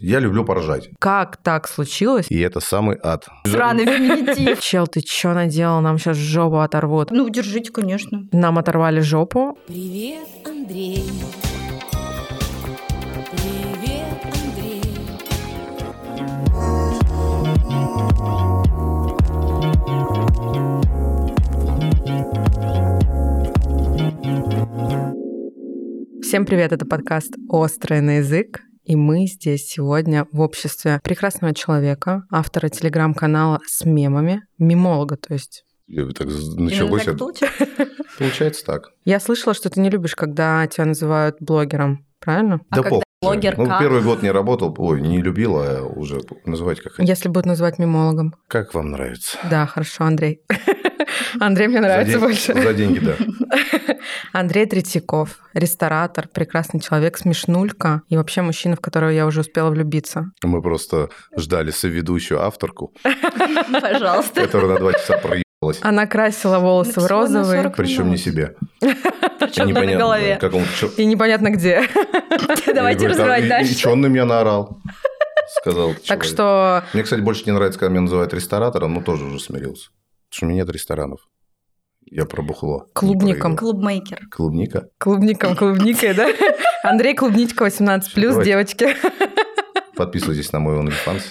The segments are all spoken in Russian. Я люблю поржать. Как так случилось? И это самый ад. Сраный феминитив. Чел, ты чё наделал? Нам сейчас жопу оторвут. Ну, держите, конечно. Нам оторвали жопу. Привет, Андрей. Привет, Андрей. Всем привет, это подкаст «Острый на язык». И мы здесь сегодня в обществе прекрасного человека, автора телеграм-канала с мемами, мемолога, то есть. Я бы так з- Именно началось. так это. получается. Получается так. Я слышала, что ты не любишь, когда тебя называют блогером, правильно? А когда похуй. блогер Ну, как? первый год не работал, ой, не любил, а уже называть как хотите. Если будут называть мемологом. Как вам нравится? Да, хорошо, Андрей. Андрей мне за, нравится ден- больше. за деньги, да. Андрей Третьяков, ресторатор, прекрасный человек, смешнулька и вообще мужчина, в которого я уже успела влюбиться. Мы просто ждали соведущую авторку, Пожалуйста. которая на два часа проебалась. А Она красила волосы в Всего на розовый 40. Причем не себе. Причем на Непонятно, голове. Как он, чё- и непонятно где. Давайте Я говорю, там, и- развивать И, дальше. что он на меня наорал? Сказал Так человек. что Мне, кстати, больше не нравится, когда меня называют ресторатором, но тоже уже смирился. Потому что у меня нет ресторанов. Я про бухло. не Клубником. про еду. Клубмейкер. Клубника? клубником, клубникой, да? Андрей Клубничка 18 плюс, Давайте. девочки. Подписывайтесь на мой OnlyFans.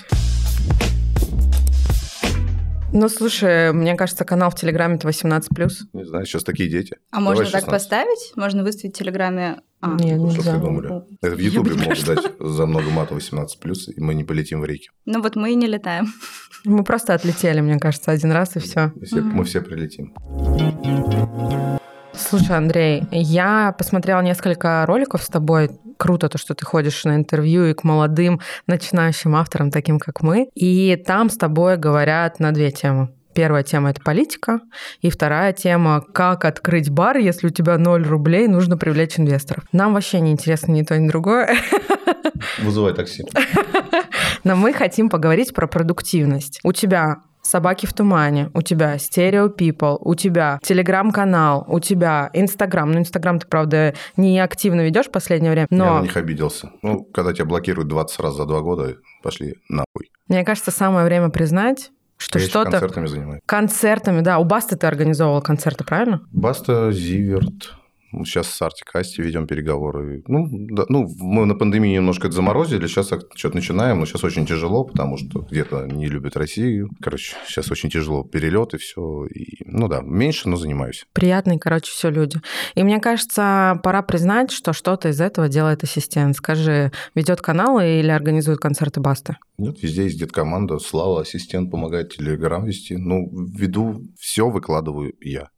Ну, слушай, мне кажется, канал в Телеграме это 18 плюс. Не знаю, сейчас такие дети. А можно Давай так 16. поставить? Можно выставить в Телеграме... А, Нет, Ну, что нельзя. придумали? Это в Я Ютубе бы могут дать за много мата 18+, и мы не полетим в реки. Ну вот мы и не летаем. Мы просто отлетели, мне кажется, один раз и все. Все- Мгм. Мы все прилетим. Слушай, Андрей, я посмотрела несколько роликов с тобой. Круто то, что ты ходишь на интервью и к молодым начинающим авторам, таким как мы. И там с тобой говорят на две темы. Первая тема – это политика, и вторая тема – как открыть бар, если у тебя 0 рублей, нужно привлечь инвесторов. Нам вообще не интересно ни то, ни другое. Вызывай такси. Но мы хотим поговорить про продуктивность. У тебя собаки в тумане, у тебя Stereo People, у тебя телеграм-канал, у тебя Инстаграм. Ну, Инстаграм ты, правда, не активно ведешь в последнее время, Я но на них обиделся. Ну, когда тебя блокируют 20 раз за два года, пошли нахуй. мне кажется, самое время признать, что Я ещё что-то... концертами занимаюсь. Концертами, да. У Басты ты организовывал концерты, правильно? Баста, Зиверт. Сейчас с Артик Асти ведем переговоры. Ну, да, ну, мы на пандемии немножко это заморозили, сейчас что-то начинаем, но сейчас очень тяжело, потому что где-то не любят Россию. Короче, сейчас очень тяжело перелет и все. И, ну да, меньше, но занимаюсь. Приятные, короче, все люди. И мне кажется, пора признать, что что-то из этого делает ассистент. Скажи, ведет каналы или организует концерты Басты? Нет, везде есть где-то команда. Слава, ассистент, помогает телеграм вести. Ну, веду, все выкладываю я.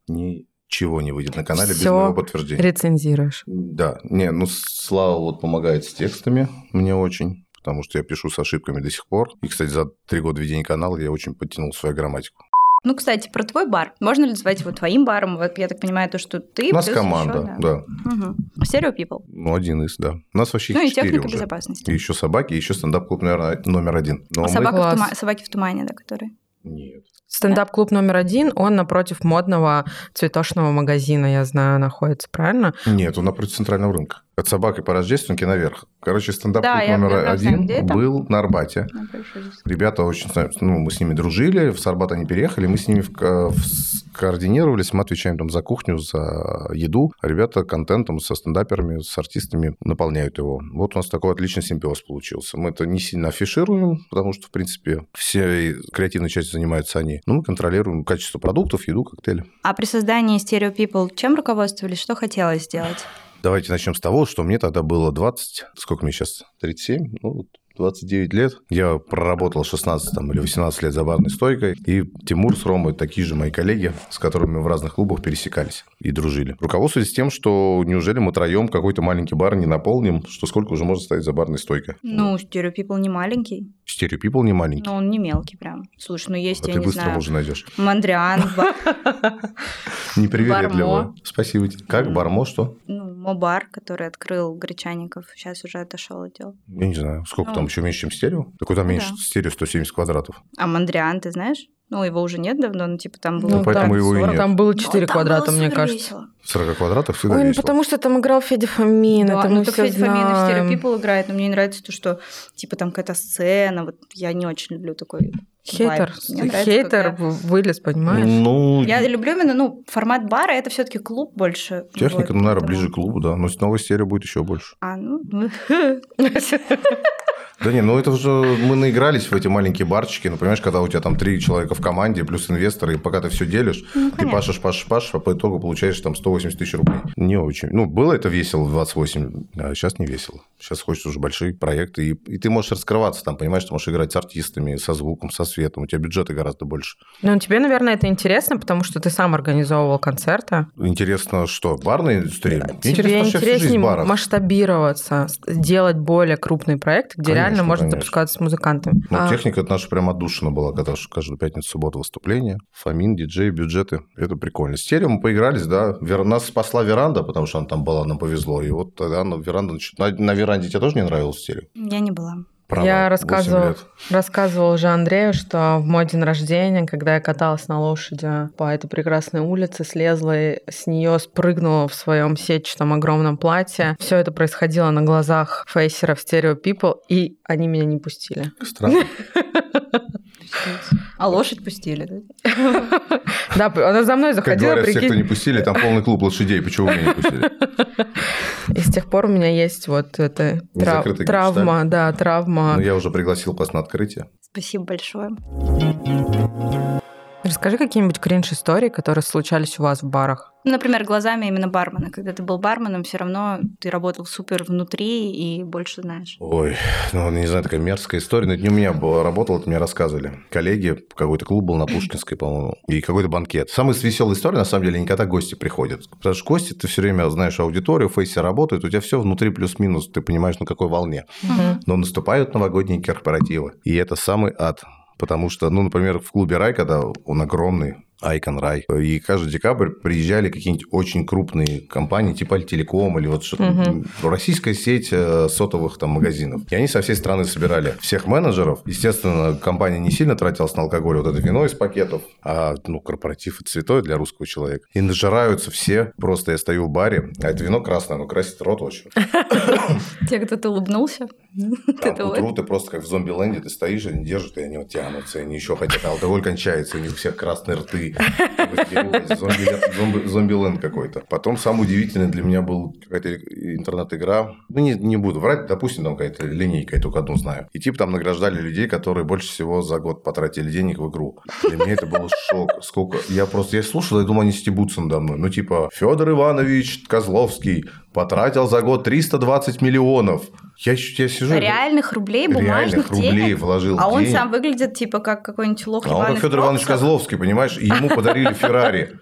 Ничего не выйдет на канале без Всё. моего подтверждения. Рецензируешь. Да, не, ну Слава вот помогает с текстами мне очень, потому что я пишу с ошибками до сих пор. И, кстати, за три года ведения канала я очень подтянул свою грамматику. Ну, кстати, про твой бар. Можно ли назвать его твоим баром? Вот я так понимаю, то, что ты... У нас плюс команда, ещё, да. Мгм. Stereo people. Ну, один из, да. У нас вообще Ну и их четыре техника уже. безопасности. И еще собаки, и еще стендап-клуб, наверное, номер один. Но А мы- собака в Класс. тума- собаки в тумане, да, которые. Нет. Стендап-клуб номер один, он напротив модного цветочного магазина, я знаю, находится, правильно? Нет, он напротив центрального рынка. От собаки по рождественке наверх. Короче, стендап-клуб Да, я номер прекрасно знаю, один где это. был на Арбате. На большой жизни. Ребята очень, знаю, ну, мы с ними дружили, в Сарбат они переехали, мы с ними в- э, в- с- координировались, мы отвечаем там за кухню, за еду, а ребята контентом со стендаперами, с артистами наполняют его. Вот у нас такой отличный симбиоз получился. Мы это не сильно афишируем, потому что, в принципе, все креативной частью занимаются они. Но мы контролируем качество продуктов, еду, коктейли. А при создании Stereo People чем руководствовались? Что хотелось сделать? Давайте начнем с того, что мне тогда было 20, сколько мне сейчас, 37, ну, вот 29 лет. Я проработал 16 там, или 18 лет за барной стойкой, и Тимур с Ромой, такие же мои коллеги, с которыми мы в разных клубах пересекались и дружили. Руководствуясь тем, что неужели мы троем какой-то маленький бар не наполним, что сколько уже можно стоять за барной стойкой. Ну, Stereo People не маленький, Стерео People не маленький. но он не мелкий прям. Слушай, ну есть, а я ты не быстро знаю, мужа найдешь. Мандриан, ба- Непривередливо. Бармо. Спасибо тебе. Как? Мгм. Бармо что? ну, Мобар, который открыл Гречаников, сейчас уже отошел от дел. Я не знаю. Сколько Ну. там? Еще меньше, чем стерео? Да куда Ну меньше? да. Стерео 170 квадратов. А Мандриан, ты знаешь? Ну, его уже нет давно, но типа там было... Ну, поэтому да, его и 40. нет. Там было Ну, 4 там квадрата, было мне супер кажется. весело. 40 квадратов всегда Ой, ну весело. потому что там играл Федя Фомин, Да, это ну мы так все Федя Фомин и в знаем. Stereo People играет, но мне не нравится то, что типа там какая-то сцена, вот я не очень люблю такой Хейтер, вайб. Мне нравится, хейтер когда- вылез, понимаешь? Ну, Я люблю именно, ну, формат бара, это все таки клуб больше. техника, Вот, ну, наверное, поэтому- ближе к клубу, да. Но с новой серии будет еще больше. А, ну, Да не, ну это уже мы наигрались в эти маленькие барчики, ну, понимаешь, когда у тебя там три человека в команде, плюс инвесторы, и пока ты все делишь, Ну, ты понятно. пашешь, пашешь, пашешь, а по итогу получаешь там 180 тысяч рублей. Не очень. Ну, было это весело в 28, а сейчас не весело. Сейчас хочется уже большие проекты, и, и ты можешь раскрываться там, понимаешь, ты можешь играть с артистами, со звуком, со светом, у тебя бюджеты гораздо больше. Ну, тебе, наверное, это интересно, потому что ты сам организовывал концерты. Интересно, что, барная индустрия? Тебе что я всю жизнь интереснее в барах. масштабироваться, с- делать более крупные проекты, где Конечно, реально можно конечно. запускаться с музыкантами. Ну, А, техника это наша прям отдушина была, когда ж каждую пятницу, субботу выступление. Фомин, диджей, бюджеты. Это прикольно. С Терем мы поигрались, да. Вер- Нас спасла веранда, потому что она там была, нам повезло. И вот тогда на веранда... нач- На, на веранде тебе тоже не нравилось Терем? я не была. Права, Я восемь рассказывала, лет. рассказывала же Андрею, что в мой день рождения, когда я каталась на лошади по этой прекрасной улице, слезла и с нее спрыгнула в своем сетчатом огромном платье. Все это происходило на глазах фейсеров Stereo People, и они меня не пустили. Странно. А лошадь пустили, да? Да, она за мной Как заходила, говорят, все, кто прикинь. не пустили, там полный клуб лошадей. Почему вы меня не пустили? И с тех пор у меня есть вот эта Не тра- закрытые травма, да, Ну, травма. я уже пригласил вас на открытие. Спасибо большое. Расскажи какие-нибудь кринж-истории, которые случались у вас в барах. Например, глазами именно бармена. Когда ты был барменом, все равно ты работал супер внутри и больше знаешь. Ой, ну, не знаю, такая мерзкая история, но это не у меня было, работал, это мне рассказывали. Коллеги, какой-то клуб был на Пушкинской, по-моему, и какой-то банкет. Самая веселая история, на самом деле, никогда гости приходят. Потому что гости, ты все время знаешь аудиторию, в фейсе работают, у тебя все внутри плюс-минус, ты понимаешь, на какой волне. Мгм. Но наступают новогодние корпоративы, и это самый ад. Потому что, ну, например, в клубе «Рай», когда он огромный, Айкон Рай. И каждый декабрь приезжали какие-нибудь очень крупные компании, типа Альтелеком или вот что-то. Мгм. Российская сеть э, сотовых там магазинов. И они со всей страны собирали всех менеджеров. Естественно, компания не сильно тратилась на алкоголь, вот это вино из пакетов, а ну, корпоратив – это святое для русского человека. И нажираются все. Просто я стою в баре, а это вино красное, оно красит рот очень. Те, кто ты улыбнулся, Там это к утру ты просто как в зомби-ленде, ты стоишь, они держат, и они вот тянутся, и они еще хотят, а алкоголь кончается, у них у всех красные рты. Как бы здоровые, зомби- зомби- Зомби-ленд какой-то. Потом самый удивительный для меня был какая-то интернет-игра. Ну, не, не буду врать, допустим, там какая-то линейка, я только одну знаю. И типа там награждали людей, которые больше всего за год потратили денег в игру. Для меня это был шок. Сколько... Я просто, я слушал, я думал, они стебутся надо мной. Ну, типа, Федор Иванович Козловский потратил за год 320 миллионов. Я, щ- я сижу... и- реальных рублей, реальных бумажных рублей денег. вложил А он денег. сам выглядит типа как какой-нибудь А лох он как Иванов Федор Иванович Крокус. Козловский, понимаешь, и ему подарили Феррари.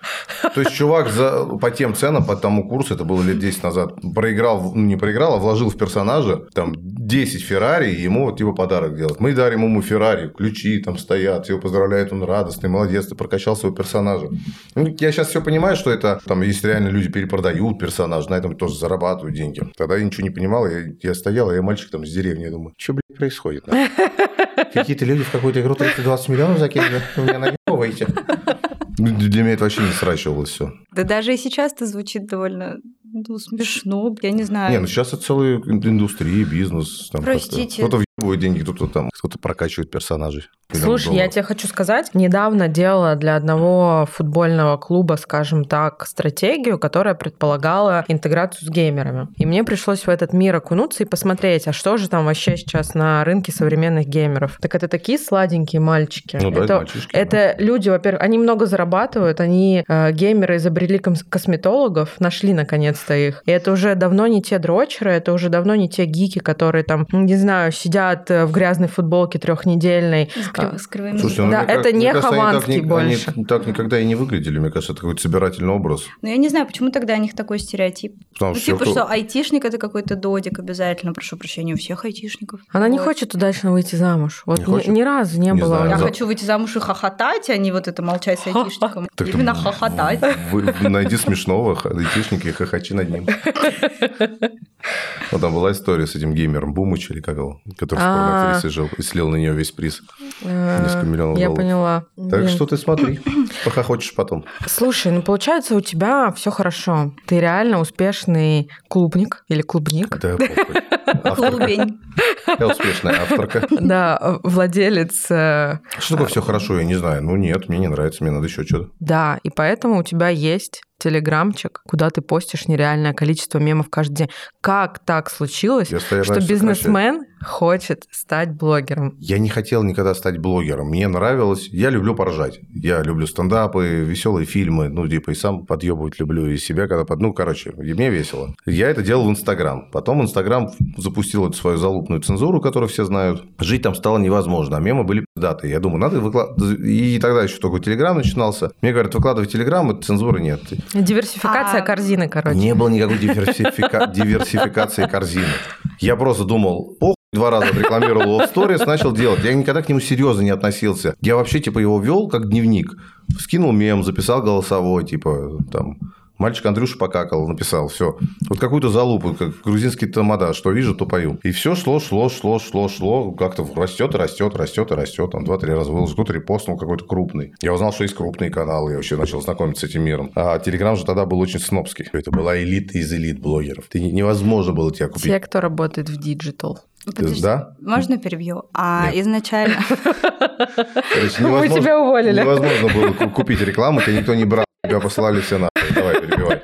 То есть чувак за, по тем ценам, по тому курсу, это было лет 10 назад, проиграл, в- ну, не проиграл, а вложил в персонажа там 10 Феррари, и ему вот его подарок делают. Мы дарим ему Феррари, ключи там стоят, его поздравляют, он радостный, молодец, ты прокачал своего персонажа. Ну, я сейчас все понимаю, что это там, если реально люди перепродают персонаж, на этом тоже зарабатывают деньги. Тогда я ничего не понимал, я, я стоял, а я мальчик там с деревни, я думаю, что, блядь, происходит? нахуй?» Какие-то люди в какую-то игру 320 миллионов закинули. У меня на него выйти. Для меня это вообще не сращивалось все. Да даже и сейчас это звучит довольно ну, смешно, я не А. знаю. Не, ну сейчас это целые индустрии, бизнес. Там как-то. Простите. Кто-то въебывает деньги, кто-то там, кто-то прокачивает персонажей. Миллион Слушай, я долларов. тебе хочу сказать, недавно делала для одного футбольного клуба, скажем так, стратегию, которая предполагала интеграцию с геймерами. И мне пришлось в этот мир окунуться и посмотреть, а что же там вообще сейчас на рынке современных геймеров. Так это такие сладенькие мальчики. Ну да, это это, мальчишки. да. это люди, во-первых, они много зарабатывают, они э, геймеры изобрели кос- косметологов, нашли наконец-то их. И это уже давно не те дрочеры, это уже давно не те гики, которые там, не знаю, сидят э, в грязной футболке трехнедельной. С, крив- с кривыми ну, Слушайте, ну, Да, мне как- это мне не кажется, они так Хованский ни- больше. Они так никогда и не выглядели, мне кажется, это какой-то собирательный образ. Ну, я не знаю, почему тогда у них такой стереотип. Потому Ну, что типа, всё, кто- что айтишник это какой-то додик обязательно. Прошу прощения у всех айтишников. Она не Вот. хочет удачно выйти замуж. Вот Не ни, хочет? ни разу не, Не было. знаю. Я За- хочу выйти замуж и хохотать, а не вот это молчать с айтишником. Так ты Именно м- хохотать. Вы- найди смешного х- айтишника и хохочи над ним. Ну, там была история с этим геймером Бумыч, или как его, который Оскар в А. порно актрисе жил и слил на нее весь приз. Несколько миллионов Я долларов. поняла. Так Блин. что ты смотри, пока хочешь потом. Слушай, ну получается у тебя все хорошо. Ты реально успешный клубник или клубник. Да, похуй. Авторка. Клубень. Я успешная авторка. Да, э, владелец. э, Что такое все хорошо, я не знаю. Ну нет, мне не нравится, мне надо еще что-то. Да, и поэтому у тебя есть телеграмчик, куда ты постишь нереальное количество мемов каждый день. Как так случилось, Я стоял что раньше, бизнесмен хочет стать блогером? Я не хотел никогда стать блогером. Мне нравилось. Я люблю поржать. Я люблю стендапы, веселые фильмы. Ну, типа, и сам подъебывать люблю, и себя когда под... Ну, короче, и мне весело. Я это делал в Инстаграм. Потом Инстаграм запустил эту свою залупную цензуру, которую все знают. Жить там стало невозможно, а мемы были даты. Я думаю, надо выкладывать... И тогда еще только Телеграм начинался. Мне говорят, выкладывай Телеграм, и цензуры нет. Диверсификация А, корзины, короче. Не было никакой диверсифика- диверсификации корзины. Я просто думал, похуй, два раза рекламировал его в сторис, начал делать. Я никогда к нему серьезно не относился. Я вообще, типа, его вел как дневник. Скинул мем, записал голосовой, типа, там, Мальчик Андрюша покакал, написал, все. Вот какую-то залупу, как грузинский тамада, что вижу, то пою. И все шло, шло, шло, шло, шло, как-то растет, растет, растет, растет. Там два-три раза выложил, кто-то репостнул какой-то крупный. Я узнал, что есть крупные каналы, я вообще начал знакомиться с этим миром. А Телеграм же тогда был очень снобский. Это была элита из элит блогеров. Ты не- невозможно было тебя купить. Те, кто работает в диджитал. Подожди, Да? Можно перебью? А Нет. изначально... Короче, Мы невозможно- тебя уволили. Невозможно было ку- купить рекламу, тебя никто не брал. Тебя послали все нахуй. Давай, перебивай.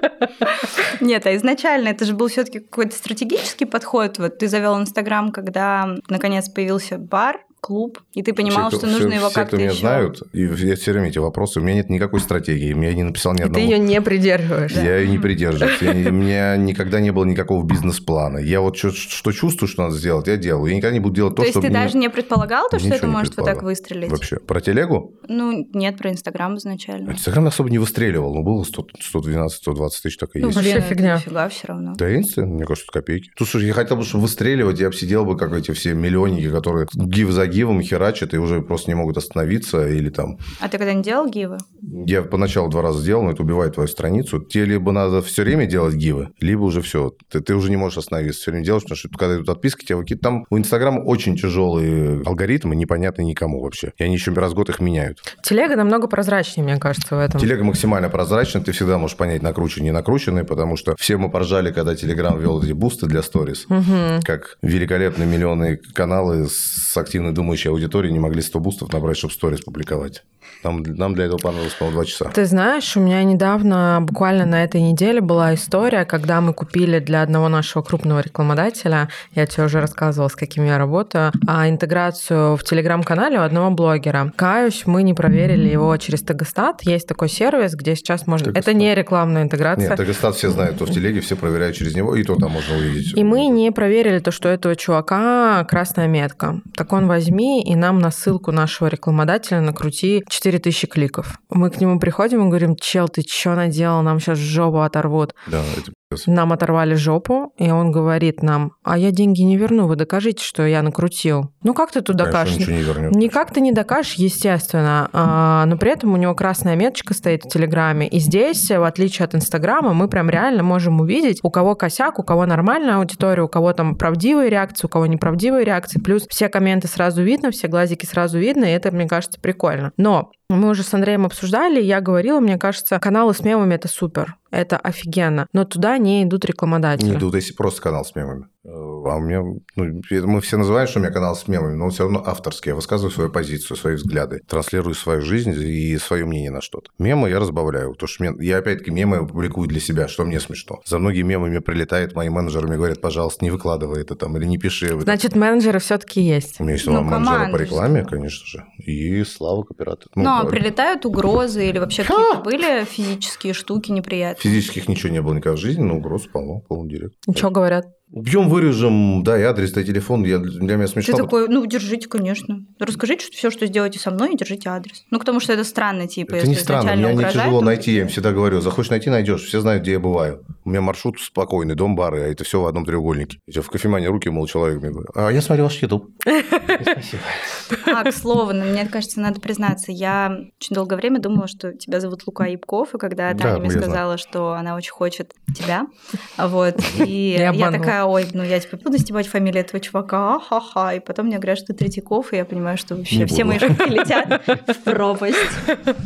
Нет, а изначально это же был все-таки какой-то стратегический подход. Вот ты завел Инстаграм, когда наконец появился бар, клуб, и ты понимал, Все, кто- что нужно все- его все, как-то кто меня еще. знают, и я все время эти вопросы, у меня нет никакой стратегии, я не написал ни И ты одного. ее не придерживаешь. Я ее не придерживаюсь. Я не- у меня никогда не было никакого бизнес-плана. Я вот чё- что чувствую, что надо сделать, я делаю. Я никогда не буду делать то, То есть что ты мне- даже не предполагал то, что Ничего это не может вот так предполагал. выстрелить? Вообще. Про телегу? Ну, нет, про Инстаграм изначально. Инстаграм особо не выстреливал. Ну, было 100 112-120 тысяч, так и Ну, есть. Вообще блин, это фигня. Дофига все равно. Да, Инста, мне кажется, это копейки. Тут, слушай, я хотел бы, чтобы выстреливать, я бы сидел бы, как эти все миллионники, которые гив за гивом херачат и уже просто не могут остановиться, или там А ты когда не делал гивы? Я поначалу два раза сделал, но это убивает твою страницу. Тебе либо надо все время делать гивы, либо уже все. Ты, ты уже не можешь остановиться, все время делаешь, потому что когда идут отписки, тебя выкидывают. Там у Инстаграма очень тяжелые алгоритмы, непонятные никому вообще. И они еще раз в год их меняют. Телега намного прозрачнее, мне кажется, в этом. Телега максимально прозрачна, ты всегда можешь понять, накрученные, не накрученные, потому что все мы поржали, когда Телеграм вел эти бусты для сторис. Мгм. Как великолепные миллионные каналы с активной думающей аудиторией не могли 100 бустов набрать, чтобы сторис публиковать. Нам, нам для этого понадобилось, по-моему, 2 часа. Ты знаешь, у меня недавно, буквально на этой неделе, была история, когда мы купили для одного нашего крупного рекламодателя, я тебе уже рассказывала, с каким я работаю, а, интеграцию в телеграм-канале у одного блогера. Каюсь, мы не проверили его через Тегостат. Есть такой сервис, где сейчас можно... Это Тегостат. не рекламная интеграция. Нет, так стат все знают, то в телеге все проверяют через него, и то там можно увидеть. И мы не проверили то, что у этого чувака красная метка. Так он возьми и нам на ссылку нашего рекламодателя накрути 4000 кликов. Мы к нему приходим и говорим, чел, ты чё наделал, нам сейчас жопу оторвут. Да, это пи***ц. Нам оторвали жопу, и он говорит нам, а я деньги не верну, вы докажите, что я накрутил. Ну как ты тут Конечно, докажешь? ничего не вернет. Никак ты не докажешь, естественно, а, но при этом у него красная меточка стоит в Телеграме. И здесь, в отличие от Инстаграма, мы прям реально можем увидеть, у кого косяк, у кого нормальная аудитория, у кого там правдивые реакции, у кого неправдивые реакции. Плюс все комменты сразу видно, все глазики сразу видно, и это, мне кажется, прикольно. Но мы уже с Андреем обсуждали, я говорила, мне кажется, каналы с мемами — это супер, это офигенно, но туда не идут рекламодатели. Не идут, если просто канал с мемами. Э, А у меня, ну, это мы все называем, что у меня канал с мемами, но он все равно авторский. Я высказываю свою позицию, свои взгляды, транслирую свою жизнь и свое мнение на что-то. Мемы я разбавляю, потому что мен- я опять-таки мемы публикую для себя, что мне смешно. За многие мемы мне прилетает, мои менеджеры мне говорят, пожалуйста, не выкладывай это там или не пиши. об этом». Значит, менеджеры все таки есть. у меня есть Ну, менеджера по команда же. рекламе, конечно же, и Слава Копират. Ну, а да. прилетают угрозы или вообще какие-то были физические штуки неприятные? Физических ничего не было никогда в жизни, но угроз полно, полный директ. Ничего говорят? Убьем, вырежем, да, и адрес, да, и телефон, я, для меня Ты смешно. такой, ну, держите, конечно. Расскажите все, что сделаете со мной, и держите адрес. Ну, потому что это странно, типа, это если не странно, изначально мне не угрожают, тяжело то- найти, я им всегда говорю, захочешь найти, найдешь, все знают, где я бываю. У меня маршрут спокойный, дом, бары, а это все в одном треугольнике. Я в кофемане руки, мол, человек мне говорит, «А, я смотрел ваш YouTube. Спасибо. А, к слову, ну, мне кажется, надо признаться, я очень долгое время думала, что тебя зовут Лука Ябков, и когда Да, Таня мне я знаю. сказала, что она очень хочет тебя, вот, и Я я, обманула. такая, ой, ну я типа буду стебать фамилию этого чувака, ха-ха, и потом мне говорят, что ты Третьяков, и я понимаю, что вообще Не все буду. мои шутки летят в пропасть.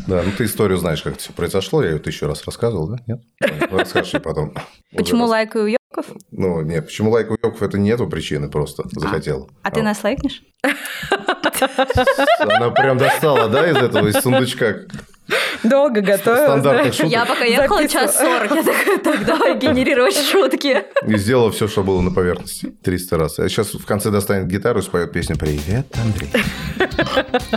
Да, ну ты историю знаешь, как это все произошло, я ее тысячу раз рассказывал, да? Нет? Ладно, Расскажешь ей потом. Почему Уже раз. лайкаю уёбков? Ну, нет, почему лайк у ёбков, это нету причины просто, захотел. А ты нас лайкнешь? Она прям достала, да, из этого, из сундучка Долго готовилась, да? стандартных шуток Я пока ехала Записываю. час сорок, я такая, так, давай генерировать шутки. и сделала все, что было на поверхности. 300 раз. А сейчас в конце достанет гитару и споет песню «Привет, Андрей».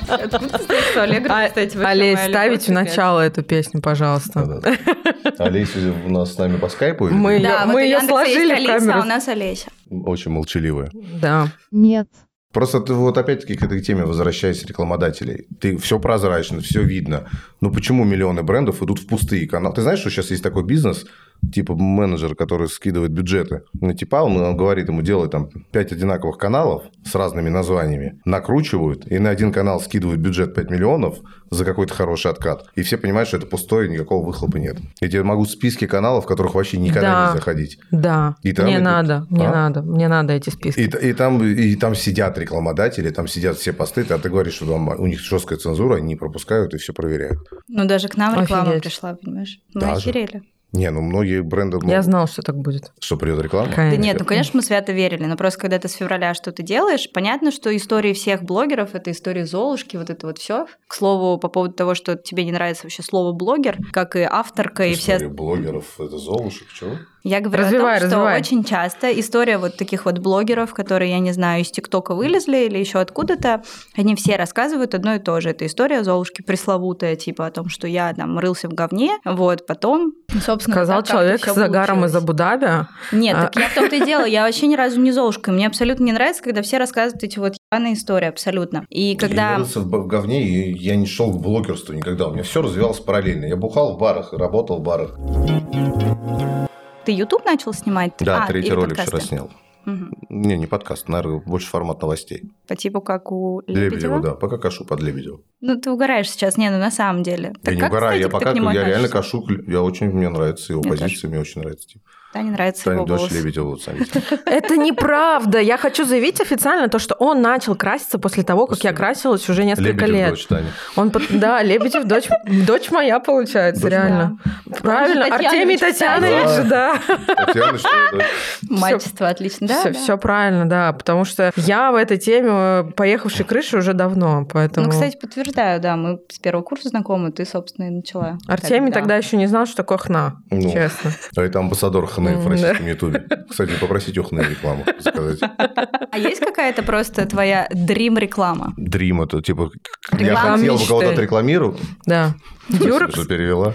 Откуда ты знаешь, что Аллегрова, А- кстати, вообще Олесь, моя ставить в любовь, начало эту песню, пожалуйста. Да-да-да. Олеся у нас с нами по скайпу. или- Мы- Да, Мы вот у её Яндекса есть сложили в Алиса, камеру. а у нас Олеся. Очень молчаливая. Да. Нет. Просто ты вот опять-таки к этой теме возвращаясь рекламодателей. Ты все прозрачно, все видно. Но почему миллионы брендов идут в пустые каналы? Ты знаешь, что сейчас есть такой бизнес, типа менеджер, который скидывает бюджеты на типа, он, он говорит ему, делай там 5 одинаковых каналов с разными названиями, накручивают, и на один канал скидывают бюджет 5 миллионов за какой-то хороший откат. И все понимают, что это пустое, никакого выхлопа нет. Я тебе могу списки каналов, в которых вообще никогда Да. не заходить. Да, И там мне идут. надо, мне А? надо, мне надо эти И, списки. т- и, там, и там сидят рекламодатели, там сидят все посты, а ты говоришь, что там у них жесткая цензура, они не пропускают и все проверяют. Ну, даже к нам реклама Офигеть. пришла, понимаешь? Мы Даже? охерели. Не, ну многие бренды, ну, Я знала, что так будет. что придет реклама. Конечно. Да нет, ну, конечно, мы свято верили, но просто когда ты с февраля что-то делаешь, понятно, что истории всех блогеров, это истории Золушки, вот это вот все. К слову, по поводу того, что тебе не нравится вообще слово блогер, как и авторка, и все История блогеров, это Золушек, чего? Я говорю Развивай, о том, развивай. что очень часто история вот таких вот блогеров, которые, я не знаю, из ТикТока вылезли или еще откуда-то, они все рассказывают одно и то же. Это история Золушки пресловутая, типа о том, что я там рылся в говне, вот, потом, Ну, собственно... Сказал так как-то человек всё с загаром получилось. из Абу-Даби. Нет, А. так я в том-то и дело, я вообще ни разу не Золушка, и мне абсолютно не нравится, когда все рассказывают эти вот ебаные истории, абсолютно. И Я когда... рылся в б- в говне, и я не шел к блогерству никогда. У меня все развивалось параллельно. Я бухал в барах, работал в барах. А, Ты YouTube начал снимать? Да, А, третий или ролик подкасты? вчера снял. Мгм. Не, не подкаст, наверное, больше формат новостей. По типу как у Лебедева, Лебедева? да. Пока кашу под Лебедева. Ну, ты угораешь сейчас, не, ну на самом деле. Так я не как, угораю, кстати, я ты пока, к нему я реально относишься? кашу, я очень, мне нравится его Мне тоже. позиция, мне очень нравится. тип. Тане нравится Таня его дочь голос. Лебедева, вот сами. Это неправда. Я хочу заявить официально то, что он начал краситься после того, как я После- красилась уже Лебедев несколько А лет. дочь Таня. Он, под- да, Лебедев, дочь, дочь моя, получается, Дочь реально. Правильно, Он же Артемий Татьянович, Татьянович, да. Татьяна, что ли, дочь? Мальчество, отлично, да? все, да. правильно, да, потому что я в этой теме э, поехавшей крыши уже давно, поэтому... Ну, кстати, подтверждаю, да, мы с первого курса знакомы, ты, собственно, и начала. Артемий тогда еще не знал, что такое хна, Ну. честно. А это амбассадор Хны в М, да. российском ютубе. Кстати, попросите у Хны рекламу заказать. А есть какая-то просто твоя дрим-реклама? Дрим это типа... Я Реклама хотел бы мечты. кого-то отрекламирую. Да. Спасибо, Дюрекс? что перевела.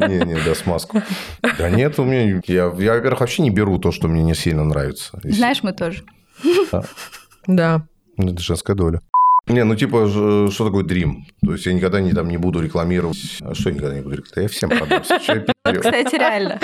Не-не, да, смазку. Да нет, у меня... Я, я, во-первых, вообще не беру то, что мне не сильно нравится. Если- Знаешь, мы тоже. Да. Ну, Это женская доля. Не, ну типа, ж- что такое дрим? То есть я никогда не, там, не буду рекламировать. А что я никогда не буду рекламировать? Да я всем продамся. Что я пи***рю? Кстати, реально.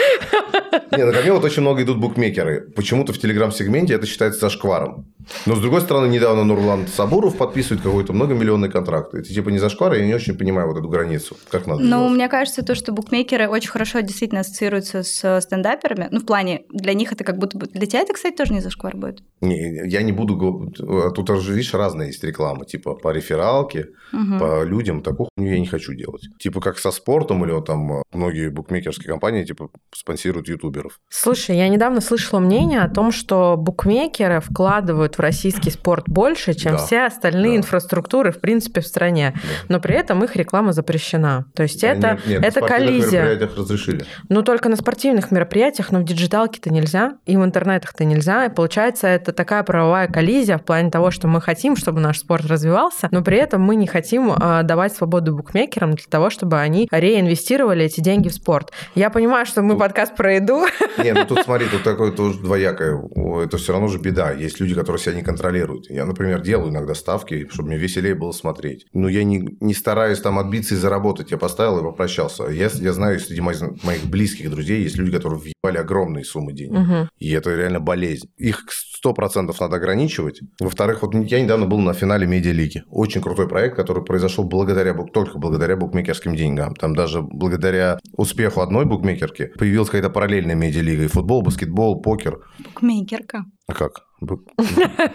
Не, ну ко мне вот очень много идут букмекеры. Почему-то в телеграм-сегменте это считается зашкваром. Но с другой стороны, недавно Нурлан Сабуров подписывает какой-то многомиллионный контракт. Это типа не зашквар, я не очень понимаю вот эту границу. Как надо Ну, делать. мне кажется, то, что букмекеры очень хорошо действительно ассоциируются с стендаперами. Ну, в плане, для них это как будто бы... Для тебя это, кстати, тоже не зашквар будет. Не, я не буду... го- а Тут же, видишь, разные есть рекламы. Типа по рефералке, Мгм. по людям. Такую хуйню я не хочу делать. Типа как со спортом или вот там э, многие букмекерские компании типа спонсируют ютуберов. Слушай, я недавно слышала мнение о том, что букмекеры вкладывают в российский спорт больше, чем Да. все остальные Да. инфраструктуры, в принципе, в стране. Но при этом их реклама запрещена. То есть это, Нет, нет, на это спортивных коллизия. мероприятиях разрешили. Ну, только на спортивных мероприятиях, но в диджиталке-то нельзя, и в интернетах-то нельзя. И получается, это такая правовая коллизия в плане того, что мы хотим, чтобы наш спорт развивался, но при этом мы не хотим а, давать свободу букмекерам для того, чтобы они реинвестировали эти деньги в спорт. Я понимаю, что мы Тут- подкаст про еду. Не, ну тут смотри, тут такое тоже двоякое. О, Это все равно же беда. Есть люди, которые себя не контролируют. Я, например, делаю иногда ставки, чтобы мне веселее было смотреть. Но я не, не стараюсь там отбиться и заработать. Я поставил и попрощался. Я, с- я знаю, среди моих, моих близких друзей есть люди, которые ебали огромные суммы денег. Мгм. И это реально болезнь. Их сто процентов надо ограничивать. Во-вторых, вот я недавно был на финале медиалиги. Очень крутой проект, который произошел благодаря, бук- только благодаря букмекерским деньгам. Там даже благодаря успеху одной букмекерки появилась какая-то параллельная медиалига. И футбол, баскетбол, покер. Букмекерка. А как? Бу-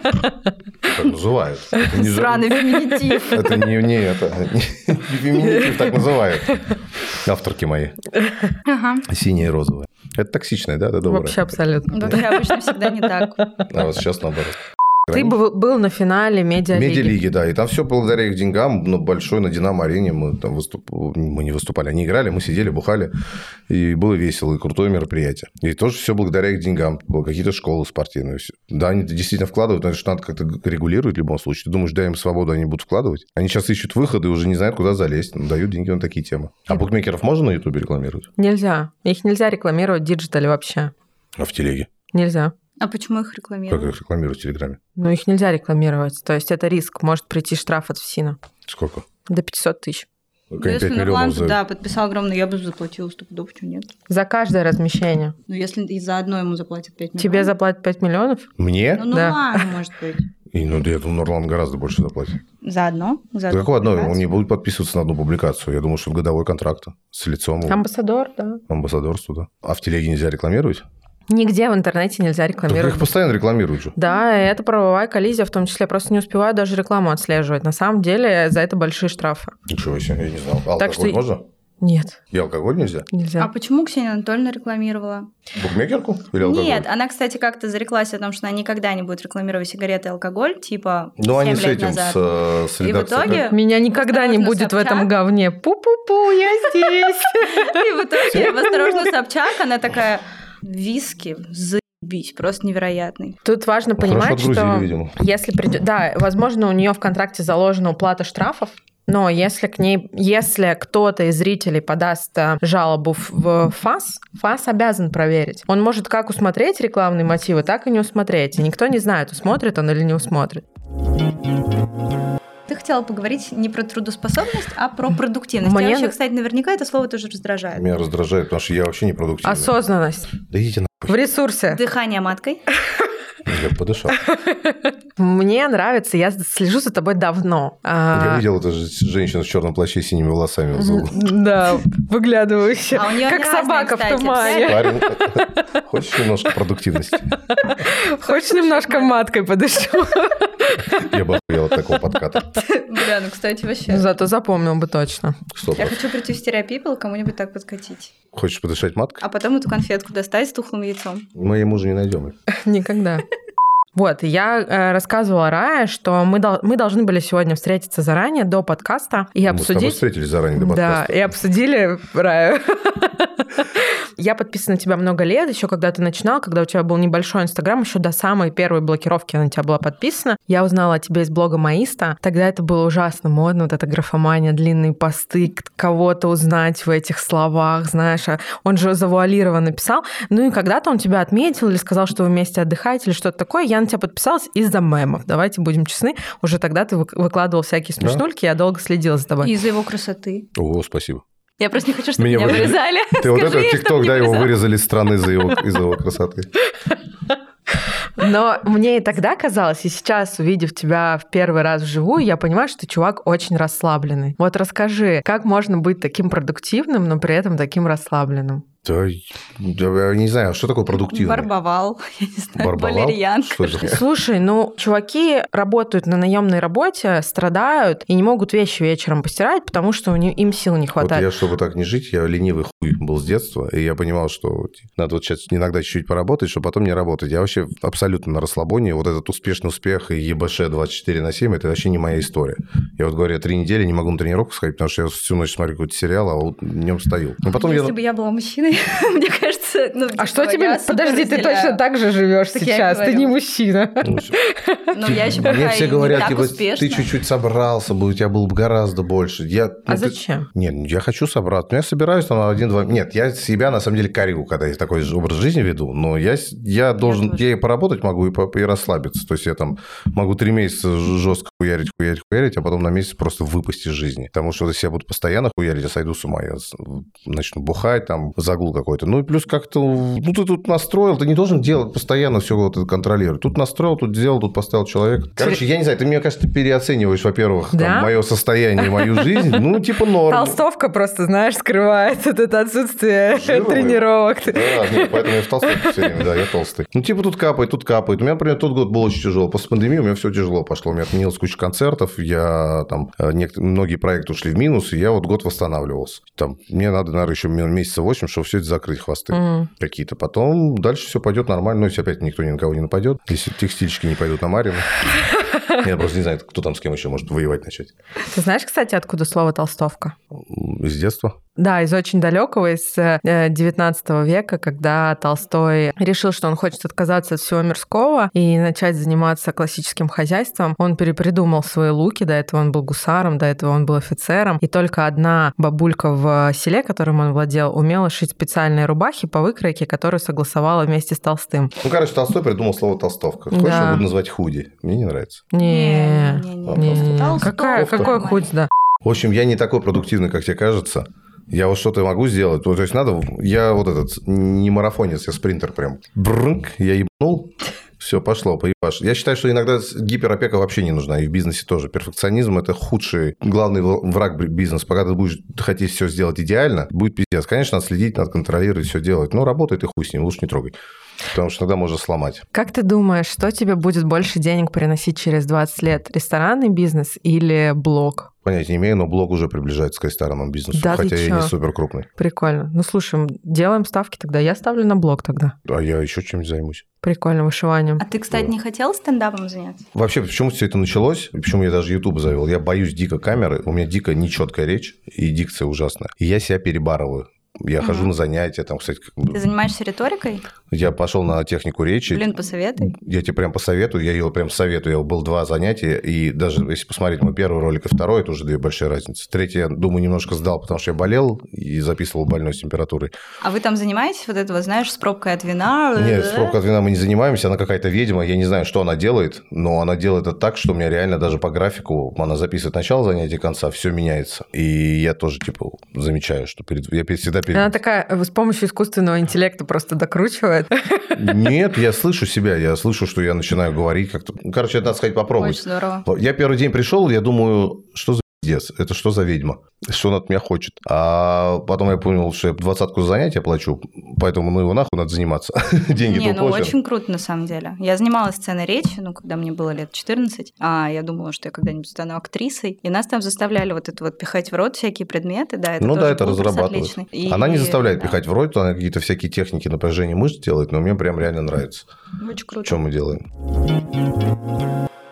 Как называют? Это не за- Сраный феминитив. Это не, не это. Не феминитив, так называют. Авторки мои. Ага. Синие и розовые. Это токсичное, да? да, доброе? Вообще абсолютно. Вообще обычно всегда не так. А вот сейчас наоборот. Ты бы был на финале медиалиги. Медиалиги, да. И там все благодаря их деньгам, но большой на Динамо-арене мы там выступ... мы не выступали, они играли, мы сидели, бухали, и было весело, и крутое мероприятие. И тоже все благодаря их деньгам, Было какие-то школы спортивные. всё. Да, они действительно вкладывают, но это ж надо как-то г- регулировать в любом случае. Ты думаешь, дай им свободу, они будут вкладывать? Они сейчас ищут выходы, уже не знают, куда залезть, но дают деньги на такие темы. А букмекеров можно на Ютубе рекламировать? Нельзя. Их нельзя рекламировать в диджитале вообще. А в Телеге? Нельзя. А почему их Как рекламируют? их рекламируют в Телеграме? Ну, их нельзя рекламировать. То есть это риск. Может прийти штраф от ФСИНа Сколько? до 500 тысяч. Ну, Ну, если 5 миллионов Нурлан, за... да, подписал огромный, я бы заплатила стопудово, почему нет? За каждое размещение. Ну, если и за одно ему заплатят 5 миллионов. Тебе заплатят 5 миллионов? Мне? Ну, ну Да. ладно, может быть. И, ну, да я думаю, Нурлан гораздо больше заплатит. За одно? За Да одну какое одно? Он публикацию? не будет подписываться на одну публикацию. Я думаю, что это годовой контракт с лицом Амбассадор, да. амбассадорству, да. А в телеге нельзя рекламировать? Нигде в интернете нельзя Так их рекламировать. постоянно рекламируют же. Да, и это правовая коллизия, в том числе. Просто не успеваю даже рекламу отслеживать. На самом деле за это большие штрафы. Ничего себе, я не знал. А Алкоголь Так что- можно? Нет, И алкоголь нельзя? нельзя. А почему Ксения Анатольевна рекламировала? Букмекерку или алкоголь? Нет, она, кстати, как-то зареклась о том, что она никогда не будет рекламировать сигареты и алкоголь, типа Ну, 7 они с лет этим, назад. с, э, с И в редакцией, итоге- как- Меня никогда не Осторожно, будет в этом Собчак. говне. Пу-пу-пу, я здесь. И в итоге, в «Осторожно, Собчак», она такая, виски, заебись, просто невероятный. Тут важно Хорошо понимать, отгрузили, что видимо. если придет... Да, возможно, у нее в контракте заложена уплата штрафов, но если к ней, если кто-то из зрителей подаст э, жалобу в- в ФАС, ФАС обязан проверить. Он может как усмотреть рекламные мотивы, так и не усмотреть. И никто не знает, усмотрит он или не усмотрит. Ты хотела поговорить не про трудоспособность, а про продуктивность. Мне Тебя вообще, на- кстати, наверняка это слово тоже раздражает. Меня раздражает, потому что я вообще не А продуктивный. Осознанность Да идите в ресурсе. Дыхание маткой. на... Я подышал. Мне нравится, я слежу за тобой давно. А, Я видел эту же женщину с черным плаще и синими волосами. в углу. Да, выглядывающая. А у неё Как они разные, собака кстати. в тумане. Парень, хочешь немножко продуктивности? Хочешь немножко маткой подышу? Я бы охуел от такого подката. Бля, ну, кстати, вообще. Зато запомнил бы точно. Что, Я хочу прийти в стереопипл, кому-нибудь так подкатить. хочешь подышать маткой? А потом эту конфетку достать с тухлым яйцом. Мы ему же не найдем их. Никогда. Вот, и я э, рассказывала Рае, что мы, дол- мы должны были сегодня встретиться заранее до подкаста и Мы Ну, с тобой обсудить. встретились заранее до Да, подкаста. и обсудили Раю. Я подписана на тебя много лет, еще когда ты начинал, когда у тебя был небольшой инстаграм, еще до самой первой блокировки я на тебя была подписана. Я узнала о тебе из блога Маиста. Тогда это было ужасно модно, вот эта графомания, длинные посты, к- кого-то узнать в этих словах, знаешь. а Он же завуалированно писал. Ну и когда-то он тебя отметил или сказал, что вы вместе отдыхаете или что-то такое. Я на тебя подписалась из-за мемов. Давайте будем честны. Уже тогда ты вык- выкладывал всякие Да. смешнульки, я долго следила за тобой. Из-за его красоты. О, спасибо. Я просто не хочу, чтобы Меня меня, вырезали. вырезали. Ты вот Скажи, этот чтоб тикток, не да, его вырезали. вырезали из страны из-за его, из-за его красоты. Но мне и тогда казалось, и сейчас, увидев тебя в первый раз вживую, я понимаю, что ты чувак очень расслабленный. Вот расскажи, как можно быть таким продуктивным, но при этом таким расслабленным? Да, я не знаю, что такое продуктивно? Барбовал, я не знаю, Барбовал? валерьянка. Что это такое? Слушай, ну, чуваки работают на наемной работе, страдают и не могут вещи вечером постирать, потому что у них, им сил не Вот хватает. я, чтобы так не жить, я ленивый хуй был с детства, и я понимал, что надо вот сейчас иногда чуть-чуть поработать, чтобы потом не работать. Я вообще абсолютно на расслабоне. Вот этот успешный успех и ЕБШ 24 на 7, это вообще не моя история. Я вот говорю, я три недели не могу на тренировку сходить, потому что я всю ночь смотрю какой-то сериал, а вот днем стою. Но потом Если я... бы я была мужчиной, мне кажется... ну, типа, А что тебе... я супер Подожди, ты разделяю. точно так же живешь Так я и сейчас, ты говорю. не мужчина. Ну, всё. Но я еще пока Мне все и говорят, не так типа, успешна. ты чуть-чуть собрался бы, у тебя было бы гораздо больше. Я, ну, А ты- зачем? Нет, ну, я хочу собраться. Ну, Я собираюсь там на один-два... Нет, я себя на самом деле корю, когда я такой же образ жизни веду, но я, с- я должен... тоже. Я, и поработать могу, и, по- и расслабиться. То есть я там могу три месяца ж- жестко хуярить, хуярить, хуярить, а потом на месяц просто выпасть из жизни. Потому что если я буду постоянно хуярить, я сойду с ума. Я с- начну бухать, там, заглохну разгул какой-то. Ну, и плюс как-то... Ну, ты тут настроил, ты не должен делать постоянно все вот это контролировать. Тут настроил, тут сделал, тут поставил человека. Короче, я не знаю, ты меня, кажется, переоцениваешь, во-первых, Да? мое состояние, мою жизнь. Ну, типа норм. Толстовка просто, знаешь, скрывает вот это отсутствие Жирного. тренировок. Да, нет, поэтому я в толстовке все время, да, я толстый. Ну, типа, тут капает, тут капает. У меня, например, тот год был очень тяжело. После пандемии у меня все тяжело пошло. У меня отменилась куча концертов, я там, э, некотор- многие проекты ушли в минус, и я вот год восстанавливался. Там, мне надо, наверное, еще месяца 8, чтобы все это закрыть хвосты Мгм. какие-то. Потом дальше все пойдет нормально, но если опять никто ни на кого не нападет, если текстильщики не пойдут на Марину. Я просто не знаю, кто там с кем еще может воевать начать. Ты знаешь, кстати, откуда слово толстовка? М, Из детства. Да, из очень далекого, из э, 19 века, когда Толстой решил, что он хочет отказаться от всего мирского и начать заниматься классическим хозяйством. Он перепридумал свои луки, до этого он был гусаром, до этого он был офицером. И только одна бабулька в селе, которым он владел, умела шить специальные рубахи по выкройке, которую согласовала вместе с Толстым. Ну, короче, Толстой придумал слово толстовка. Хочешь, Да. я буду называть худи. Мне не нравится. Не, не, не-не-не. Толстовка. Какая, какой хоть, да. В общем, я не такой продуктивный, как тебе кажется. Я вот что-то могу сделать. Ну, То то есть надо... Я вот этот, не марафонец, я спринтер прям. Брнк, я ебнул. Все, пошло, поебашь. Я считаю, что иногда с- гиперопека вообще не нужна, и в бизнесе тоже. Перфекционизм – это худший, главный в- враг бр- бизнеса. Пока ты будешь хотеть все сделать идеально, будет пиздец. Конечно, надо следить, надо контролировать, все делать. Но работает и хуй с ним, лучше не трогай. Потому что иногда можно сломать. Как ты думаешь, что тебе будет больше денег приносить через 20 лет? Ресторанный бизнес или блог? Понятия не имею, но блог уже приближается к ресторанному бизнесу, Да ты хотя и не чё? супер крупный. Прикольно. Ну, слушай, м, делаем ставки тогда. Я ставлю на блог тогда. А я еще чем-нибудь займусь. Прикольно, вышиванием. А ты, кстати, не хотел стендапом заняться? Вообще, почему все это началось? И Почему я даже YouTube завел? Я боюсь дико камеры, у меня дико нечеткая речь и дикция ужасная. И я себя перебарываю. Я хожу на занятия, там, кстати, как бы- Ты занимаешься риторикой? я пошел на технику речи. Блин, посоветуй. Я тебе прям посоветую, я его прям советую. Я был два занятия, и даже если посмотреть мой первый ролик и второй, это уже две большие разницы. Третий, я думаю, немножко сдал, потому что я болел и записывал больной с температурой. А вы там занимаетесь вот этого, знаешь, с пробкой от вина? Нет, с пробкой от вина мы не занимаемся, она какая-то ведьма, я не знаю, что она делает, но она делает это так, что у меня реально даже по графику, она записывает начало занятия и конца, все меняется. И я тоже, типа, замечаю, что перед... я перед- всегда перед... Она такая э, с помощью искусственного интеллекта просто докручивает. Нет, я слышу себя, я слышу, что я начинаю говорить как-то. Ну, Короче, это надо сказать, Очень попробовать. здорово. Я первый день пришел, я думаю, что за пиздец, это что за ведьма, что она от меня хочет. А потом я понял, что я двадцатку за занятия плачу, поэтому ну его нахуй надо заниматься. Деньги Не, тут ну плачу. очень круто на самом деле. Я занималась сценой речи, ну, когда мне было лет 14, а я думала, что я когда-нибудь стану актрисой. И нас там заставляли вот это вот пихать в рот всякие предметы, да, это ну да, тоже это конкурс разрабатывает. отличный. И- Она не заставляет да. пихать в рот, она какие-то всякие техники напряжения мышц делает, но мне прям реально нравится. Очень В круто. чем мы делаем?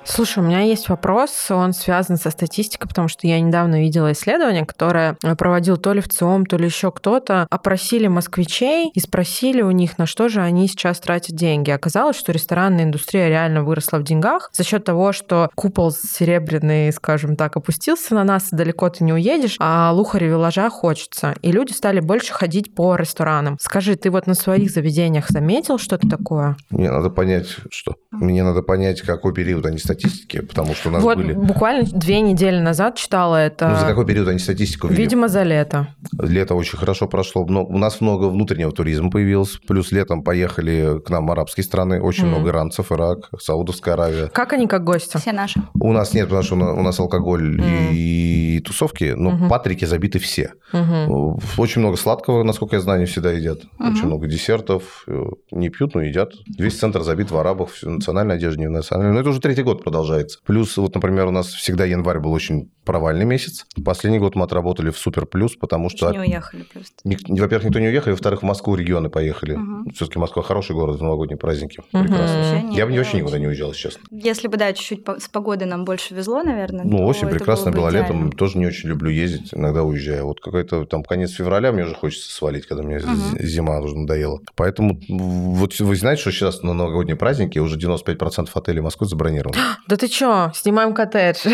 Слушай, у меня есть вопрос, он связан со статистикой, потому что я недавно видела исследование, которое э, проводил то ли в ЦИОМ, то ли еще кто-то. Опросили москвичей и спросили у них, на что же они сейчас тратят деньги. Оказалось, что ресторанная индустрия реально выросла в деньгах за счет того, что купол серебряный, скажем так, опустился на нас, и далеко ты не уедешь, а лухаревелажа хочется. И люди стали больше ходить по ресторанам. Скажи, ты вот на своих заведениях заметил что-то такое? Мне надо понять, что? Мне надо понять, какой период они статистики, потому что у нас вот были... буквально две недели назад читала это. Ну, за какой период они статистику вели? Видимо, за лето. Лето очень хорошо прошло. Но у нас много внутреннего туризма появилось. Плюс летом поехали к нам арабские страны. Очень Мгм. много иранцев, Ирак, Саудовская Аравия. Как они как гости? Все наши. У нас нет, потому что у на- у нас алкоголь Мгм. и тусовки. Но Мгм. патрики забиты все. Мгм. Э, Очень много сладкого, насколько я знаю, они всегда едят. Мгм. Очень много десертов. э, Не пьют, но едят. Весь центр забит в арабах. всё, Национальная одежда, не национальная. Но это уже третий год продолжается. Плюс, вот, например, у нас всегда январь был очень провальный месяц. Последний год мы отработали в супер плюс, потому что... Не уехали просто. ник- Во-первых, никто не уехал, и, во-вторых, в Москву регионы поехали. Мгм. Все-таки Москва хороший город в новогодние праздники. Мгм. Прекрасно. Мгм. Вообще не Я бы не вообще было. никуда не уезжал, если честно. Если бы, да, чуть-чуть по- с погодой нам больше везло, наверное. Ну, то осень это прекрасно бы было, летом идеально. тоже не очень люблю ездить, иногда уезжаю. Вот какой-то там конец февраля мне уже хочется свалить, когда мне Мгм. з- зима уже надоела. Поэтому м, вот вы знаете, что сейчас на новогодние праздники уже 95% отелей Москвы забронировано. Да ты чё, снимаем коттедж.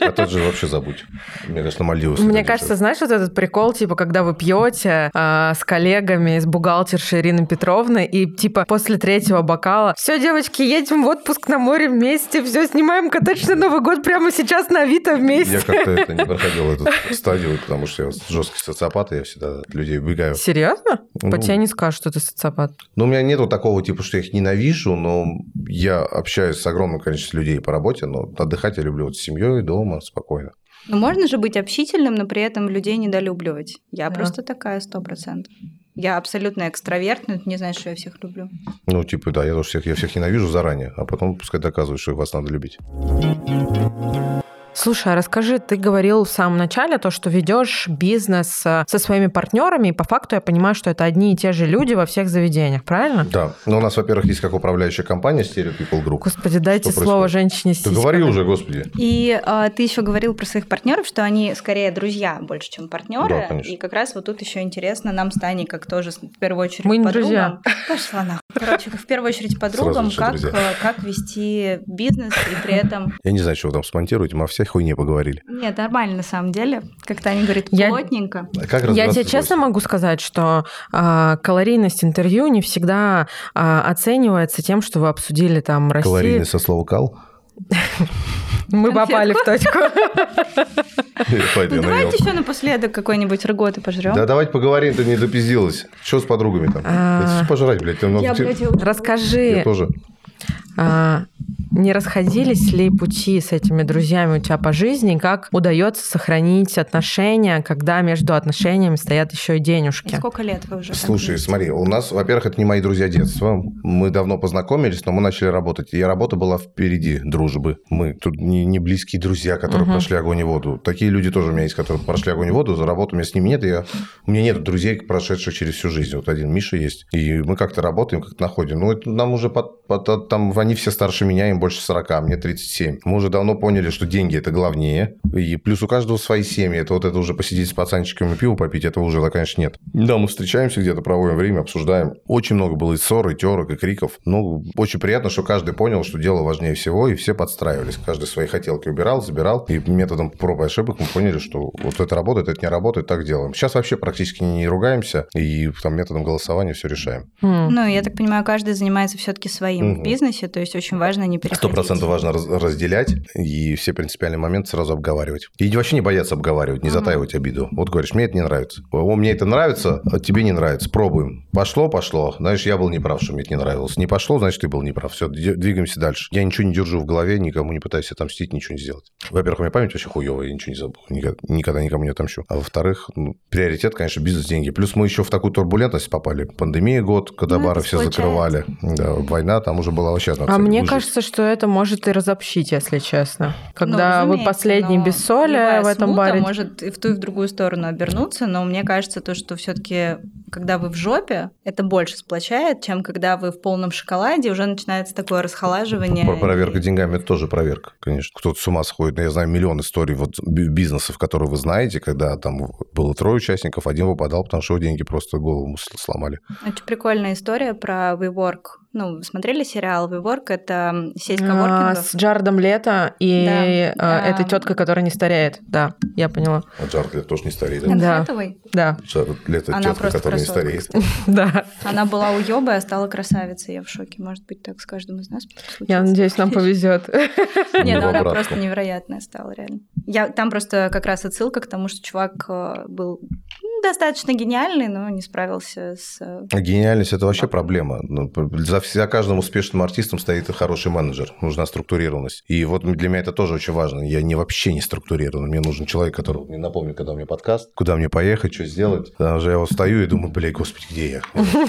А тот же вообще забудь. Мне кажется, на Мальдивы Мне слетели кажется, знаешь, вот этот прикол, типа, когда вы пьете а, с коллегами, с бухгалтершей Ириной Петровной, и типа после третьего бокала, все, девочки, едем в отпуск на море вместе, все, снимаем коттеджный Новый год прямо сейчас на Авито сейчас. вместе. Я как-то это не проходил эту стадию, потому что я жесткий социопат, и я всегда от людей убегаю. Серьезно? По Ну. тебе не скажешь, что ты социопат. Но у меня нету такого типа, что я их ненавижу, но я общаюсь с огромным количеством людей по работе, но отдыхать я люблю вот с семьей, дома, спокойно. Ну, можно же быть общительным, но при этом людей недолюбливать. Я Да. просто такая, сто процентов. Я абсолютно экстраверт, но это не значит, что я всех люблю. Ну, типа, да, я тоже всех, я всех ненавижу заранее, а потом пускай доказывают, что вас надо любить. Слушай, а расскажи, ты говорил в самом начале то, что ведешь бизнес э, со своими партнерами, и по факту я понимаю, что это одни и те же люди во всех заведениях, правильно? Да, но у нас, во-первых, есть как управляющая компания Stereo People Group. Господи, дайте происходит? слово женщине с Ты говори сиськами. уже, господи. И а, ты еще говорил про своих партнеров, что они скорее друзья больше, чем партнеры. Да, конечно. И как раз вот тут еще интересно нам с Таней, как тоже с- в первую очередь Мы не подругам. друзья. Пошла нахуй. Короче, в первую очередь подругам, же как, друзья. э, как вести бизнес и при этом... Я не знаю, что вы там смонтируете, мы о всей хуйне поговорили. Нет, нормально на самом деле. Как Таня говорит, Я- плотненько. А Как Я тебе разбираться с честно гостем? могу сказать, что а, калорийность интервью не всегда а, оценивается тем, что вы обсудили там Россию. Калорийный со слова кал. Мы Конфетку. попали в точку. Пойду, Ну, я наел. давайте еще напоследок какой-нибудь рготы пожрем. Да давай поговорим, ты не допиздилась. Что с подругами там? А. Это всё Пожрать, блядь. ты много Я, те- блядь, я уже- Я Расскажи, тоже. а, не расходились ли пути с этими друзьями у тебя по жизни? Как удается сохранить отношения, когда между отношениями стоят еще и денежки? Сколько лет вы уже? там Слушай, вместе? смотри, у нас, во-первых, это не мои друзья детства. Мы давно познакомились, но мы начали работать. И работа была впереди дружбы. Мы тут не, не близкие друзья, которые Мгм. прошли огонь и воду. Такие люди тоже у меня есть, которые прошли огонь и воду. За работу у меня с ними нет. и Я, у меня нет друзей, прошедших через всю жизнь. Вот один Миша есть. И мы как-то работаем, как-то находим. Ну, это нам уже под- под- там они все старше меня, им больше 40, а мне 37. Мы уже давно поняли, что деньги это главнее. И плюс у каждого свои семьи. Это вот это уже посидеть с пацанчиками пиво попить, этого уже, да, конечно, нет. Да, мы встречаемся где-то, проводим время, обсуждаем. Очень много было и ссор, и терок, и криков. Ну, очень приятно, что каждый понял, что дело важнее всего, и все подстраивались. Каждый свои хотелки убирал, забирал. И методом проб и ошибок мы поняли, что вот это работает, это не работает, так делаем. Сейчас вообще практически не ругаемся, и там методом голосования все решаем. М. Ну, я так понимаю, каждый занимается все-таки своим в Мгм. А бизнесе, то есть очень важно не переходить. Сто процентов важно раз- разделять и все принципиальные моменты сразу обговаривать. И вообще не бояться обговаривать, не Мгм. затаивать обиду. Вот говоришь, мне это не нравится. О, мне это нравится, а тебе не нравится. Пробуем. Пошло, пошло. Значит, я был неправ, что мне это не нравилось. Не пошло, значит, ты был неправ. Все, двигаемся дальше. Я ничего не держу в голове, никому не пытаюсь отомстить, ничего не сделать. Во-первых, у меня память вообще хуевая, я ничего не забыл. Никогда, никогда никому не отомщу. А во-вторых, ну, приоритет, конечно, бизнес, деньги. Плюс мы еще в такую турбулентность попали. Пандемия год, когда Ну, это бары все случается. закрывали. Да, война там уже была вообще одна А цель мне выжить. кажется, что это может и разобщить, если честно. Когда Ну, вы разумеется, последний но без соли любая в этом смута баре. может и в ту, и в другую сторону обернуться, но мне кажется, то, что все-таки, когда вы в жопе, это больше сплочает, чем когда вы в полном шоколаде, уже начинается такое расхолаживание. Про- Проверка И- деньгами это тоже проверка, конечно. Кто-то с ума сходит. Ну, Я знаю миллион историй вот би- бизнесов, которые вы знаете, когда там было трое участников, один выпадал, потому что его деньги просто голову ему сл- сломали. Очень прикольная история про WeWork. Ну, вы смотрели сериал WeWork? Это сеть А, коворкингов. С Джардом Лето и Да, э, да. эта тетка, которая не стареет. Да, я поняла. А Джаред Лето тоже не стареет, да? Энн да. Хэтэуэй. Да, Джаред Лето Она тетка, просто которая не красотка. стареет. да. Она была уёбой, а стала красавицей. Я в шоке. Может быть, так с каждым из нас случится. Я надеюсь, нам повезет. Не, ну она Новобранка. просто невероятная стала, реально. Я, там просто как раз отсылка к тому, что чувак э, был ну, достаточно гениальный, но не справился с... э, Гениальность – это вообще проблема. Ну, п- За, вс- за каждым успешным артистом стоит и хороший менеджер. Нужна структурированность. И вот для меня это тоже очень важно. Я не вообще не структурирован. Мне нужен человек, который мне напомнит, когда у меня подкаст, куда мне поехать, что сделать. Потому что я вот стою и думаю, блядь, господи, где я?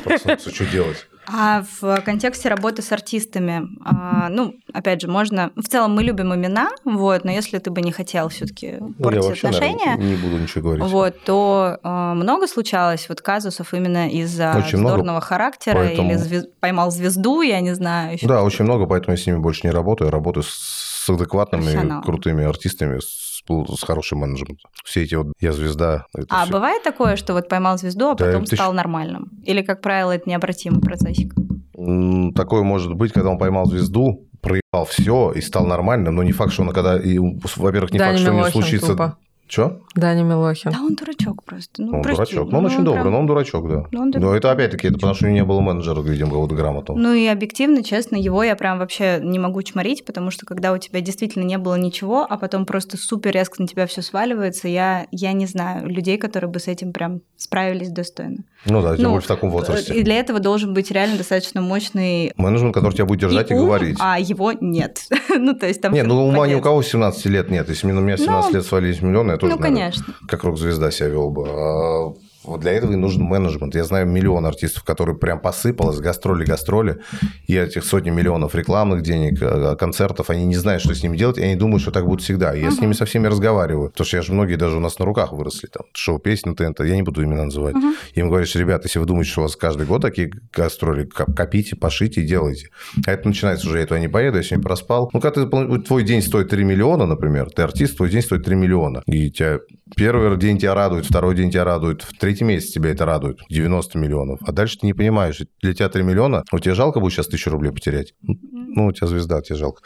Проснуться, что делать? А в контексте работы с артистами, а, ну, опять же, можно... В целом мы любим имена, вот, но если ты бы не хотел все таки Ну, я портить вообще, наверное, отношения, не буду ничего говорить. вот, то э, много случалось вот казусов именно из-за Очень много, вздорного характера или поэтому- звез- поймал звезду, я не знаю. ещё Да, что-то. очень много, поэтому я с ними больше не работаю. Я Работаю с адекватными, Профессионалом. крутыми артистами, с, пл- с хорошим менеджментом. Все эти вот «я звезда». это А всё. бывает такое, что вот поймал звезду, а Да, потом ты стал щ- нормальным? Или, как правило, это необратимый процессик? М, Такое может быть, когда он поймал звезду, проебал все и стал нормальным, но не факт, что он когда... и, во-первых, не Да, факт, не что у него Милохин, случится... тупо. Че? Даня Милохин. Да он дурачок просто. Ну, Он прости, дурачок. Ну, он очень добрый, прям- но он дурачок, да. Ну, он дур- Но это опять-таки, это потому что у него не было менеджера, видимо, какого-то грамотного. Ну и объективно, честно, его я прям вообще не могу чморить, потому что когда у тебя действительно не было ничего, а потом просто супер резко на тебя все сваливается, я, я не знаю людей, которые бы с этим прям справились достойно. Ну да, тем ну, более в таком И возрасте. для этого должен быть реально достаточно мощный Менеджмент, который тебя будет держать и, ум, говорить. а его нет. ну, то есть там... Не, ну ума ни у капец. кого 17 лет нет. Если бы на меня 17 Ну, лет свалились миллионы, я тоже, Ну, наверное, конечно. как рок-звезда себя вел бы. А вот для этого и нужен менеджмент. Я знаю миллион артистов, которые прям посыпалось, гастроли, гастроли, и этих сотни миллионов рекламных денег, э, концертов, они не знают, что с ними делать, и они думают, что так будет всегда. Я с ними со всеми разговариваю, потому что я же многие даже у нас на руках выросли, там, шоу, песни, ТНТ, я не буду имена называть. Им говоришь, ребят, если вы думаете, что у вас каждый год такие гастроли, коп- копите, пошите, и делайте. А это начинается уже, я туда не поеду, я сегодня проспал. Ну, когда ты, пол- твой день стоит 3 миллиона, например, ты артист, твой день стоит 3 миллиона, и тебя первый день тебя радует, второй день тебя радует, в третий месяц тебя это радует, 90 миллионов. А дальше ты не понимаешь, для тебя 3 миллиона, у тебя жалко будет сейчас тысячу рублей потерять? Ну, у тебя звезда, тебе жалко.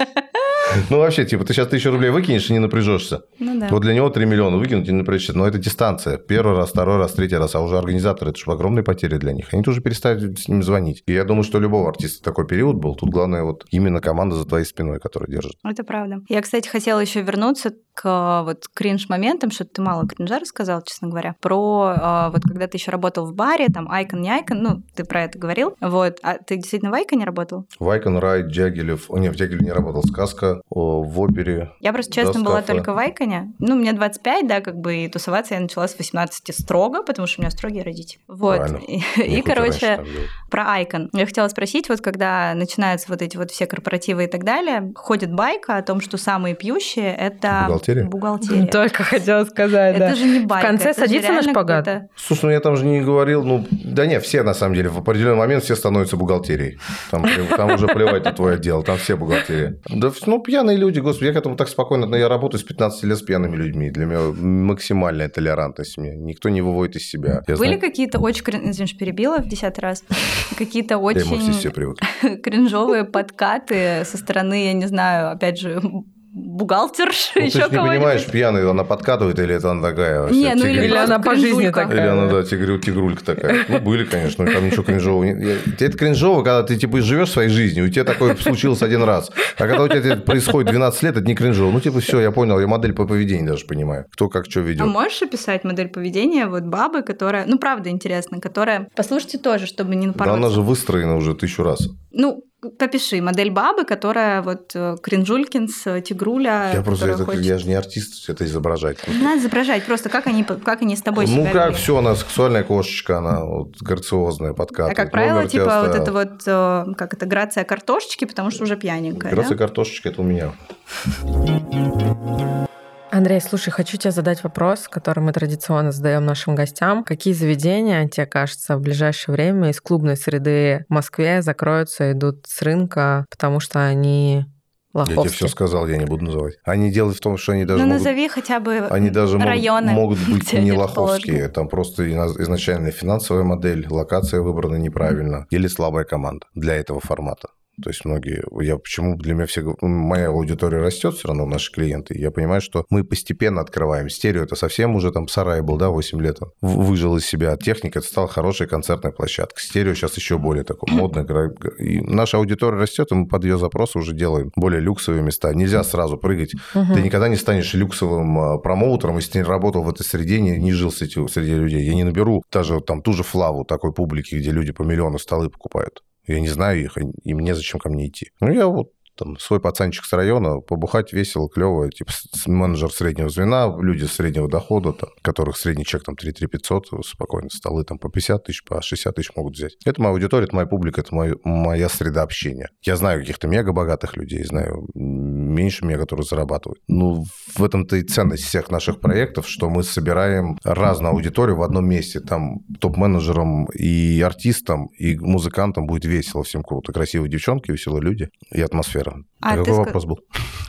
Ну, вообще, типа, ты сейчас тысячу рублей выкинешь и не напряжешься. Ну да. Вот для него 3 миллиона выкинуть и не напрячься. Но это дистанция. Первый раз, второй раз, третий раз. А уже организаторы, это же огромные потери для них. Они тоже перестают с ним звонить. И я думаю, что у любого артиста такой период был. Тут главное вот именно команда за твоей спиной, которая держит. Это правда. Я, кстати, хотела еще вернуться к э, вот кринж-моментам, что ты мало кринжа рассказал, честно говоря, про э, вот когда ты еще работал в баре, там айкон, не айкон, ну, ты про это говорил, вот, а ты действительно в айконе работал? Вайкон, Райт, Дягилев. О, не, в Дягилеве не работал. Сказка о, в опере. Я просто, честно, была Доска, только в айконе, ну, мне 25, да, как бы, и тусоваться я начала с 18 строго, потому что у меня строгие родители, вот, Правильно. и, Нихуя и, короче, раньше там было. про Айкон. Я хотела спросить, вот когда начинаются вот эти вот все корпоративы и так далее, ходит байка о том, что самые пьющие — это... Бухгалтерия? Бухгалтерия. Только хотела сказать, Это да. же не байка. конце это же садится на реально шпагат? какой-то- Слушай, ну я там же не говорил, ну, да не, все на самом деле, в определенный момент все становятся бухгалтерией. Там, плев- там уже плевать на твой отдел, там все бухгалтерии. Да, вс- ну, пьяные люди, господи, я к этому так спокойно, но я работаю с 15 лет с пьяными людьми, для меня максимальная толерантность мне, никто не выводит из себя. Я Были знаю, какие-то очень... крин- Извини, что перебила в десятый раз. Какие-то я ему все- все очень привыкли. кринжовые подкаты со стороны, я не знаю, опять же, бухгалтерш, Ну, ты еще же не понимаешь, кого-нибудь. пьяная, она подкатывает или это она такая вообще Не, ну или тигрица? Или она просто по жизни кринжулька. такая. Или она, да, тигрю- тигрулька такая. Ну, были, конечно, но там ничего кринжового нет. Я- Это кринжово, когда ты, типа, живешь своей жизнью, и у тебя такое случилось один раз. А когда у тебя это происходит 12 лет, это не кринжово. Ну, типа, все, я понял, я модель по поведению даже понимаю. Кто как что А ведет. можешь описать модель поведения вот бабы, которая, ну правда интересно, которая, послушайте тоже, чтобы не Да она напороться. же выстроена уже тысячу раз. Ну, попиши, модель бабы, которая вот э, кринжулькинс, э, тигруля, Я просто, которая это- хочет- я же не артист это изображать. Надо изображать просто, как они, по- как они с тобой Ну себя как, вели. все, она сексуальная кошечка, она вот, грациозная, подкатывает. Ну, А как правило, номер тебе типа вот оставила. это вот, э, как это, грация картошечки, потому что уже пьяненькая, да? Грация картошечка, это у меня. Андрей, слушай, хочу тебе задать вопрос, который мы традиционно задаем нашим гостям. Какие заведения, тебе кажется, в ближайшее время из клубной среды в Москве закроются, идут с рынка, потому что они Я тебе все лоховские? сказал, я не буду называть. Они дело в том, что они даже Ну, могут А назови хотя бы Они даже могут- районы, могут, быть где не они лоховские. Там просто ино- изначально финансовая модель, локация выбрана неправильно. Или слабая команда для этого формата. То есть многие, я почему для меня все, гов- моя аудитория растет все равно, наши клиенты. Я понимаю, что мы постепенно открываем. Стерео это совсем уже там сарай был, да, 8 лет. он в- Выжил из себя техника, это стала хорошая концертная площадка. Стерео сейчас еще более такой модный. гра- г- И наша аудитория растет, и мы под ее запросы уже делаем более люксовые места. Нельзя сразу прыгать Мгм. ты никогда не станешь люксовым а, промоутером, если ты не работал в этой среде, не, не жил среди, среди людей. Я не наберу даже вот там ту же флаву такой публики, где люди по миллиону столы покупают. Я не знаю их, и- им незачем ко мне идти. Ну, я вот там свой пацанчик с района, побухать весело, клево, типа с- с- менеджер среднего звена, люди среднего дохода, там, которых средний чек там 3-3 500, спокойно, столы там по 50 тысяч, по 60 тысяч могут взять. Это моя аудитория, это моя публика, это моё- моя среда общения. Я знаю каких-то мега богатых людей, знаю м, меньше меня, которые зарабатывают. Ну, в этом-то и ценность всех наших проектов, что мы собираем разную аудиторию в одном месте. Там топ-менеджерам и артистам, и музыкантам будет весело, всем круто. Красивые девчонки, веселые люди и атмосфера. карьера? А, ты Какой ска- вопрос был?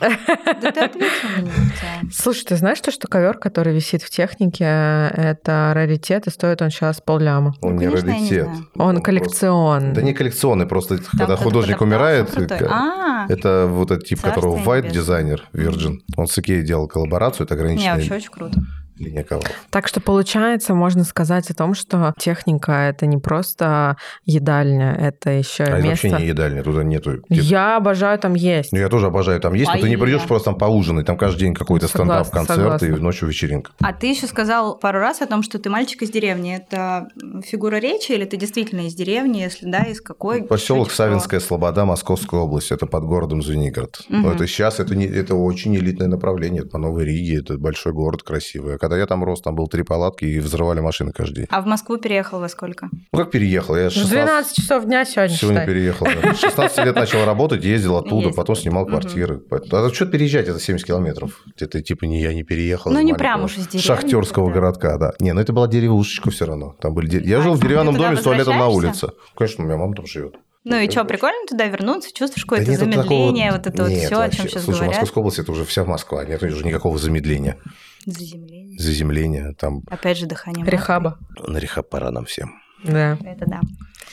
Да ты ответил мне. Диана. Слушай, ты знаешь, то, что ковер, который висит в технике, это раритет, и стоит он сейчас полляма. Он не Ну, конечно, я не раритет. знаю. Он просто- коллекционный. Да не коллекционный, просто Там когда кто-то художник подобрался умирает, крутой. к- А, это вот этот тип, Царство которого White небесное. дизайнер Virgin. Он с Икеей делал коллаборацию, это не, ограниченная вообще очень круто. линия ковра. Так что получается, можно сказать о том, что техника это не просто едальня, это еще А это место. вообще не едальня, туда нету. типа, Я обожаю там есть. Ну, я тоже обожаю там есть, но ты не Поесть. придешь просто там поужинать, там каждый день какой-то стендап, Согласна, концерт и согласна. ночью вечеринка. А ты еще сказал пару раз о том, что ты мальчик из деревни. Это м, фигура речи или ты действительно из деревни? Если да, из какой? Ну, Поселок Чуть что. Савинская Слобода, Московская область, это под городом Звенигород. Но Мгм. это сейчас, это, не, это очень элитное направление, это по Новой Риге, это большой город красивый. А когда я там рос, там было три палатки и взрывали машины каждый день. А в Москву переехал во сколько? Ну как переехал? Я с В 16... 12 часов дня сегодня, Сегодня считай. переехал. да. С 16 лет начал работать, ездил оттуда, Ездил. потом снимал Мгм. квартиры. Поэтому- А что переезжать? Это 70 километров. Это типа не я не переехал. Ну, из не маленького прям уж из деревни Шахтерского тогда. городка, да. Не, ну это была деревушечка все равно. Там были... де- Я А, жил в ты деревянном туда доме с туалетом на возвращаешься? улице. Конечно, у меня мама там живет. Ну и Это что, очень- прикольно туда вернуться? Чувствуешь какое-то Да нету такого- замедление, вот это Нет, вот все, о вообще. чем сейчас Слушай, говорят? Московская область – это уже вся Москва. Нет уже никакого замедления, Заземление. заземления. Там Опять же, дыхание. Рехаба. на реха пора нам всем. Да. мозга. Это да.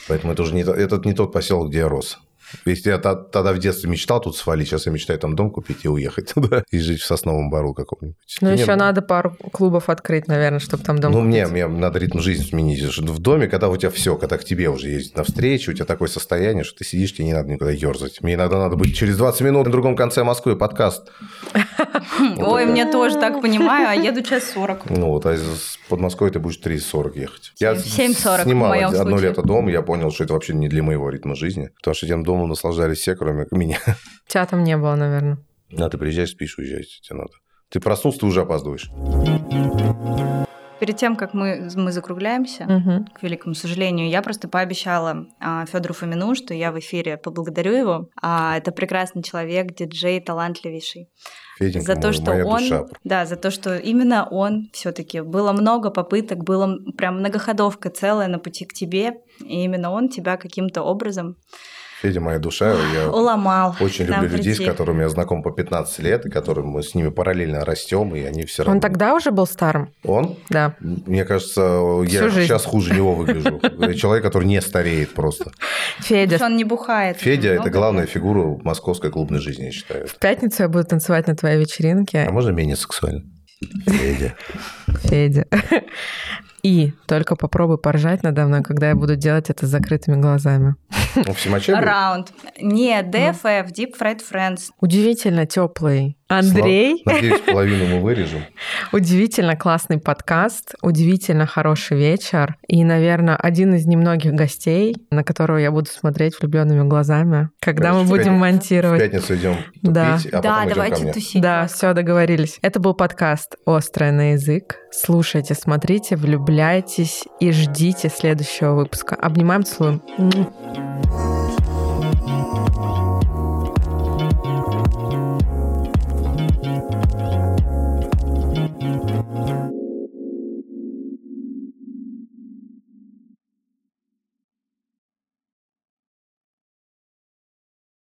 Поэтому это уже не, то- этот не тот поселок, где я рос. Если я та- тогда в детстве мечтал тут свалить, сейчас я мечтаю там дом купить и уехать туда и жить в сосновом бару каком-нибудь. Ну, Мне- еще надо пару клубов открыть, наверное, чтобы там дом ну, купить. мне, мне надо ритм жизни сменить. Потому что В доме, когда у тебя все, когда к тебе уже ездит навстречу, у тебя такое состояние, что ты сидишь, тебе не надо никуда ерзать. Мне иногда надо быть через 20 минут на другом конце Москвы подкаст. Ой, мне тоже так понимаю, а еду час сорок. Ну вот, а из под Москвой ты будешь 3,40 ехать. Я с- 7,40 в снимал моем од- одно случае. лето дом, я понял, что это вообще не для моего ритма жизни. Потому что тем домом наслаждались все, кроме меня. Тебя там не было, наверное. Да, ты приезжаешь, спишь, уезжаешь, тебе надо. Ты проснулся, ты уже опаздываешь. Перед тем, как мы, мы закругляемся, Мгм. к великому сожалению, я просто пообещала Федору Фомину, что я в эфире поблагодарю его. А, это прекрасный человек, диджей, талантливейший. Феденька, за то, мой- что моя он, душа. да, за то, что именно он все-таки было много попыток, было м- прям многоходовка целая на пути к тебе, и именно он тебя каким-то образом Федя моя душа. Я уломал. очень к нам люблю людей, с прийти. которыми я знаком по 15 лет, и которым мы с ними параллельно растем, и они все равно... Он тогда уже был старым? Он? Да. Мне кажется, я Всю жизнь. сейчас хуже него выгляжу. Человек, который не стареет просто. Федя, Потому что он не бухает. Федя – Ну, это главная да. фигура московской клубной жизни, я считаю. в пятницу я буду танцевать на твоей вечеринке. А можно менее сексуально? Федя. Федя. И только попробуй поржать надо мной, когда я буду делать это с закрытыми глазами. Ну, в Симачеве? Раунд. Не, DFF, Deep Fried Friends. Удивительно теплый Андрей. Сла- Надеюсь, половину мы вырежем. Удивительно классный подкаст, удивительно хороший вечер. И, наверное, один из немногих гостей, на которого я буду смотреть влюбленными глазами, когда Короче, мы в будем пятницу- В монтировать. пятницу идем тупить, Да. а да, потом идем ко давайте мне. тусить. Да, все, договорились. Это был подкаст «Острый на язык». Слушайте, смотрите, влюбляйтесь и ждите следующего выпуска. Обнимаем, целуем. Муа.